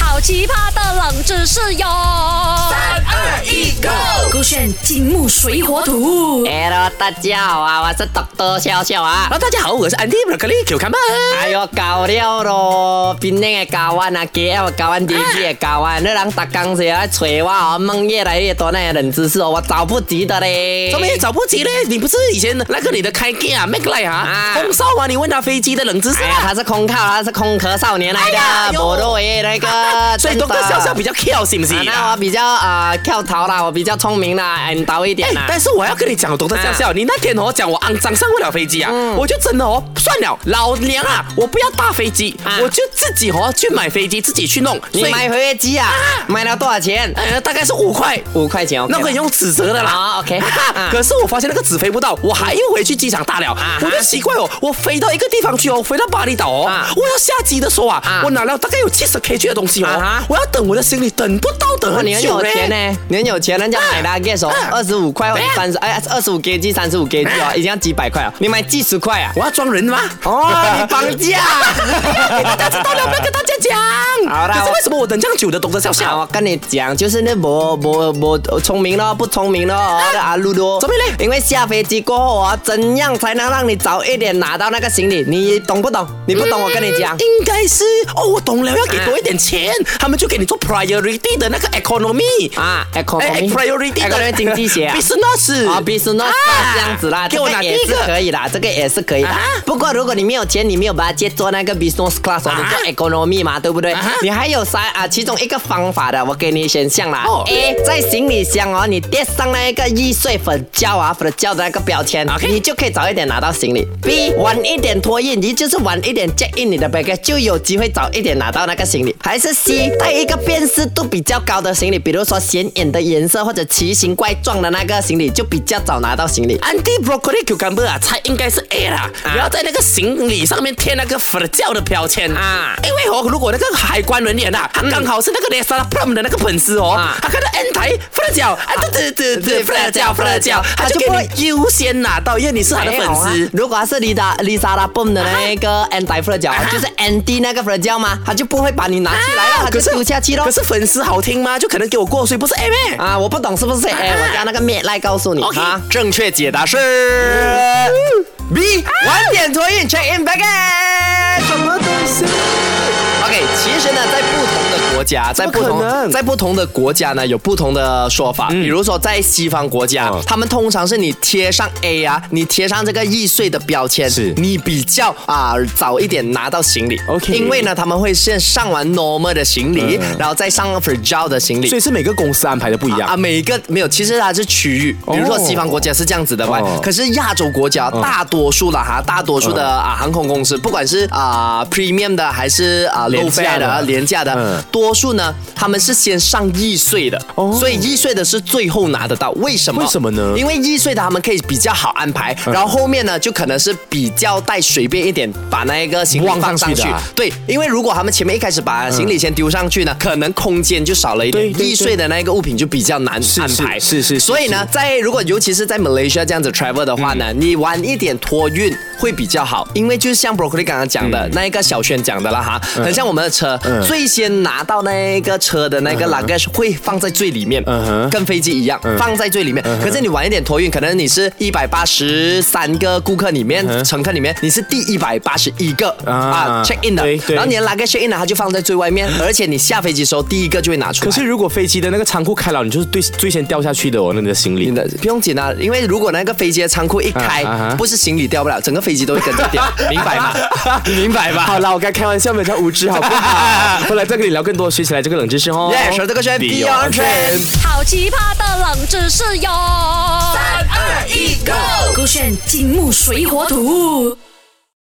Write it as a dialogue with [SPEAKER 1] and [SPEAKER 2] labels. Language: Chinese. [SPEAKER 1] 好奇葩的冷知识哟！三
[SPEAKER 2] 二一，Go！
[SPEAKER 1] 勾选金木水火土。
[SPEAKER 3] Hello，大家好啊，我是朵朵笑笑啊。
[SPEAKER 2] 大家好，我是 Andy Broccoli 九看吧。
[SPEAKER 3] 哎呦，搞了咯！槟榔的高玩啊，KL 高玩，DJ 的高玩，你人打工时来催我哦，梦越来越多那些冷知识哦，我找不及的嘞。
[SPEAKER 2] 怎么也找不及嘞？你不是以前那个你的开 g 啊，McLay 啊
[SPEAKER 3] 啊，
[SPEAKER 2] 风少啊，你问他飞机的冷知识
[SPEAKER 3] 哎呀，
[SPEAKER 2] 啊，
[SPEAKER 3] 他是空靠，他是空壳少年来
[SPEAKER 2] 哎呀
[SPEAKER 3] 的，
[SPEAKER 2] 有
[SPEAKER 3] 我都也那个，
[SPEAKER 2] 所以
[SPEAKER 3] 真
[SPEAKER 2] 多
[SPEAKER 3] 的
[SPEAKER 2] 个笑笑比较 Q 是不哎是？
[SPEAKER 3] 啊那我比较啊跳槽啦，我比较聪明啦，嗯，倒一点
[SPEAKER 2] 哎
[SPEAKER 3] 啦，。嗯
[SPEAKER 2] 但是我要跟你讲，懂得笑笑，你那天哦讲我肮脏上不了飞机啊，我就真的哦算了，老娘啊，我不要大飞机，
[SPEAKER 3] 啊
[SPEAKER 2] 我就自己哦去买飞机，自己去弄。
[SPEAKER 3] 你
[SPEAKER 2] 所以
[SPEAKER 3] 买回机啊？买了多少钱？
[SPEAKER 2] 呃大概是五块，
[SPEAKER 3] 五块钱 OK
[SPEAKER 2] 那
[SPEAKER 3] 了。
[SPEAKER 2] 我可以用纸折的啦。
[SPEAKER 3] 啊，OK 啊
[SPEAKER 2] 可是我发现那个纸飞不到，我还又回去机场大了。我就奇怪哦，我飞到一个地方去哦，飞到巴厘岛哦，
[SPEAKER 3] 啊
[SPEAKER 2] 我要下机的时候啊
[SPEAKER 3] 啊，
[SPEAKER 2] 我拿了大概有七十 kg 的东西
[SPEAKER 3] 啊
[SPEAKER 2] 哦
[SPEAKER 3] 哈，
[SPEAKER 2] 我要等我的行李，等不到，等
[SPEAKER 3] 哇
[SPEAKER 2] 很
[SPEAKER 3] 啊你很
[SPEAKER 2] 久
[SPEAKER 3] 有
[SPEAKER 2] 嘞
[SPEAKER 3] 钱。呢，你很有钱，人家买的 g a 手
[SPEAKER 2] 啊
[SPEAKER 3] 二十五块或者
[SPEAKER 2] 对啊
[SPEAKER 3] 三十，哎，二十五 G G 三十五 G G
[SPEAKER 2] 啊
[SPEAKER 3] 哦，已经要几百块了，你买几十块啊？
[SPEAKER 2] 我要装人 吗？哎
[SPEAKER 3] 哦，你绑 架！
[SPEAKER 2] 给大家知道了，不要跟大家讲。
[SPEAKER 3] 好啦
[SPEAKER 2] 可是
[SPEAKER 3] 我
[SPEAKER 2] 为什么我等这样久的懂得笑
[SPEAKER 3] 啊，
[SPEAKER 2] 笑？
[SPEAKER 3] 我跟你讲，就是那不不不聪明咯，不聪明咯，哦那阿鲁多。
[SPEAKER 2] 怎么嘞
[SPEAKER 3] 因为下飞机过后啊，怎样才能让你早一点拿到那个行李？你懂不懂？你不懂，我跟你讲。
[SPEAKER 2] 应该是哦，我懂了，要给多一点钱，他们就给你做 priority 的那个 economy
[SPEAKER 3] 啊
[SPEAKER 2] 哎
[SPEAKER 3] ，economy
[SPEAKER 2] ，priority 的
[SPEAKER 3] economy 经济学啊
[SPEAKER 2] business
[SPEAKER 3] 啊，business 啊这样子啦，
[SPEAKER 2] 给我拿
[SPEAKER 3] 这
[SPEAKER 2] 第一
[SPEAKER 3] 个也是
[SPEAKER 2] 个。
[SPEAKER 3] 可以啦，这个也是可以的
[SPEAKER 2] 啊。
[SPEAKER 3] 不过如果你没有钱，你没有把它接做那个 business class，哦
[SPEAKER 2] 啊
[SPEAKER 3] 你做 economy 嘛，对不对
[SPEAKER 2] 啊哈？
[SPEAKER 3] 你还有三啊，其中一个方法的，我给你选项啦
[SPEAKER 2] 哦。
[SPEAKER 3] A 在行李箱哦，你贴上那一个易碎粉胶啊，粉胶的那个标签
[SPEAKER 2] OK，
[SPEAKER 3] 你就可以早一点拿到行李。B 晚一点托运，你就是晚一点 check in 你的 bag，就有机会早一点拿到那个行李。还是 C 带一个辨识度比较高的行李，比如说显眼的颜色或者奇形怪状的那个行李，就比较早拿到行李。啊
[SPEAKER 2] Anti broccoli cucumber 啊，猜应该是 A 啦，不要在那个行李上面贴那个佛教的标签啊
[SPEAKER 3] 啊，嗯
[SPEAKER 2] 因为哦，如果那个海关人员啊，他刚好是那个 Lesa Plum 的那个粉丝哦
[SPEAKER 3] 啊，
[SPEAKER 2] 他看到 N 台佛教啊，对对对，佛教佛教，他
[SPEAKER 3] 他
[SPEAKER 2] 就
[SPEAKER 3] 就
[SPEAKER 2] 给
[SPEAKER 3] 不会
[SPEAKER 2] 你优先拿到，因为你是他的粉
[SPEAKER 3] 没有
[SPEAKER 2] 丝
[SPEAKER 3] 啊。如果他是 Lisa Lisa 啦 Boom 的那个 anti f r a g i 就是 anti 那个 f r a g i 嘛，他就不会把你拿起来
[SPEAKER 2] 啊
[SPEAKER 3] 了，他
[SPEAKER 2] 可
[SPEAKER 3] 就是丢下去咯
[SPEAKER 2] 可。是粉丝好听吗？就可能给我过，所以不是哎 A 咩？
[SPEAKER 3] 啊，我不懂是不是？哎，我家那个面来告诉你
[SPEAKER 2] OK
[SPEAKER 3] 啊。
[SPEAKER 2] 正确解答是
[SPEAKER 3] B 晚点托运 check in bag。什么东西？OK，其实呢，在不同的国家，在不
[SPEAKER 2] 怎么可能嗯
[SPEAKER 3] 同在不同的国家呢，有不同的说法。比如说，在西方国家，他们通常是你贴上 A 啊，你贴上这个易碎的标签，
[SPEAKER 2] 是
[SPEAKER 3] 你比较啊、早一点拿到行李。
[SPEAKER 2] OK 嗯
[SPEAKER 3] 因为呢，他们会先上完 normal 的行李，然后再上 fragile 的行李。
[SPEAKER 2] 以是每个公司安排的不一
[SPEAKER 3] 啊，每一个没有，其实它是区域，比如说西方国家是这样子的嘛，
[SPEAKER 2] 哦
[SPEAKER 3] 可是亚洲国家大多数啦哈，大多数的啊航空公司，不管是啊 premium 的还是啊 low
[SPEAKER 2] 廉价
[SPEAKER 3] fare
[SPEAKER 2] 的
[SPEAKER 3] 的廉价的
[SPEAKER 2] 嗯，哦
[SPEAKER 3] 多数呢他们是先上易碎的，所以易碎的是最后拿得到，为什么？
[SPEAKER 2] 为什么呢嗯
[SPEAKER 3] 因为易碎的他们可以比较好安排，然后后面呢就可能是比较带随便一点，把那一个行李
[SPEAKER 2] 忘上
[SPEAKER 3] 放上
[SPEAKER 2] 去的
[SPEAKER 3] 去
[SPEAKER 2] 啊。
[SPEAKER 3] 对，因为如果他们前面一开始把行李先丢上去呢，可能空间就少了一点
[SPEAKER 2] 嗯对，对
[SPEAKER 3] 易碎的。的那个物品就比较难安排，
[SPEAKER 2] 是是是是
[SPEAKER 3] 所以呢，在如果尤其是在 Malaysia 这样子 travel 的话呢，
[SPEAKER 2] 嗯
[SPEAKER 3] 你晚一点托运会比较好，因为就是像 Broccoli 刚刚讲
[SPEAKER 2] 嗯
[SPEAKER 3] 的、那一个小轩讲的啦哈，很像我们的车，最先拿到那个车的那
[SPEAKER 2] 嗯
[SPEAKER 3] 个 luggage 会放在最里面，跟飞机一样、放在最里面。
[SPEAKER 2] 嗯
[SPEAKER 3] 可是你晚一点托运，可能你是一百八十三个顾客里面、乘客里面，你是第一百八十一个啊
[SPEAKER 2] 嗯啊
[SPEAKER 3] check in 的
[SPEAKER 2] 对，对
[SPEAKER 3] 然后你的 luggage check in 呢，它就放在最外面，而且你下飞机的时候第一个就会拿出来。
[SPEAKER 4] 可是如果飞机的那个仓库开了，你就是最最先掉下去的哦，那你的行
[SPEAKER 3] 你
[SPEAKER 4] 李。
[SPEAKER 3] 的不用紧啊，因为如果那个飞机的仓库一开，
[SPEAKER 4] 啊啊哈
[SPEAKER 3] 不是行李掉不了，整个飞机都会跟着 掉，明白吗？你 明白吧？
[SPEAKER 4] 好啦，我该开玩笑，没有这样无知，好不好？回来再跟你聊更多，学起来这个冷知识哦。
[SPEAKER 3] ，Yes，这个是 Beyond Trend。
[SPEAKER 1] 好奇葩的冷知识哟！三
[SPEAKER 2] 二一 go
[SPEAKER 1] 勾选金木水火土。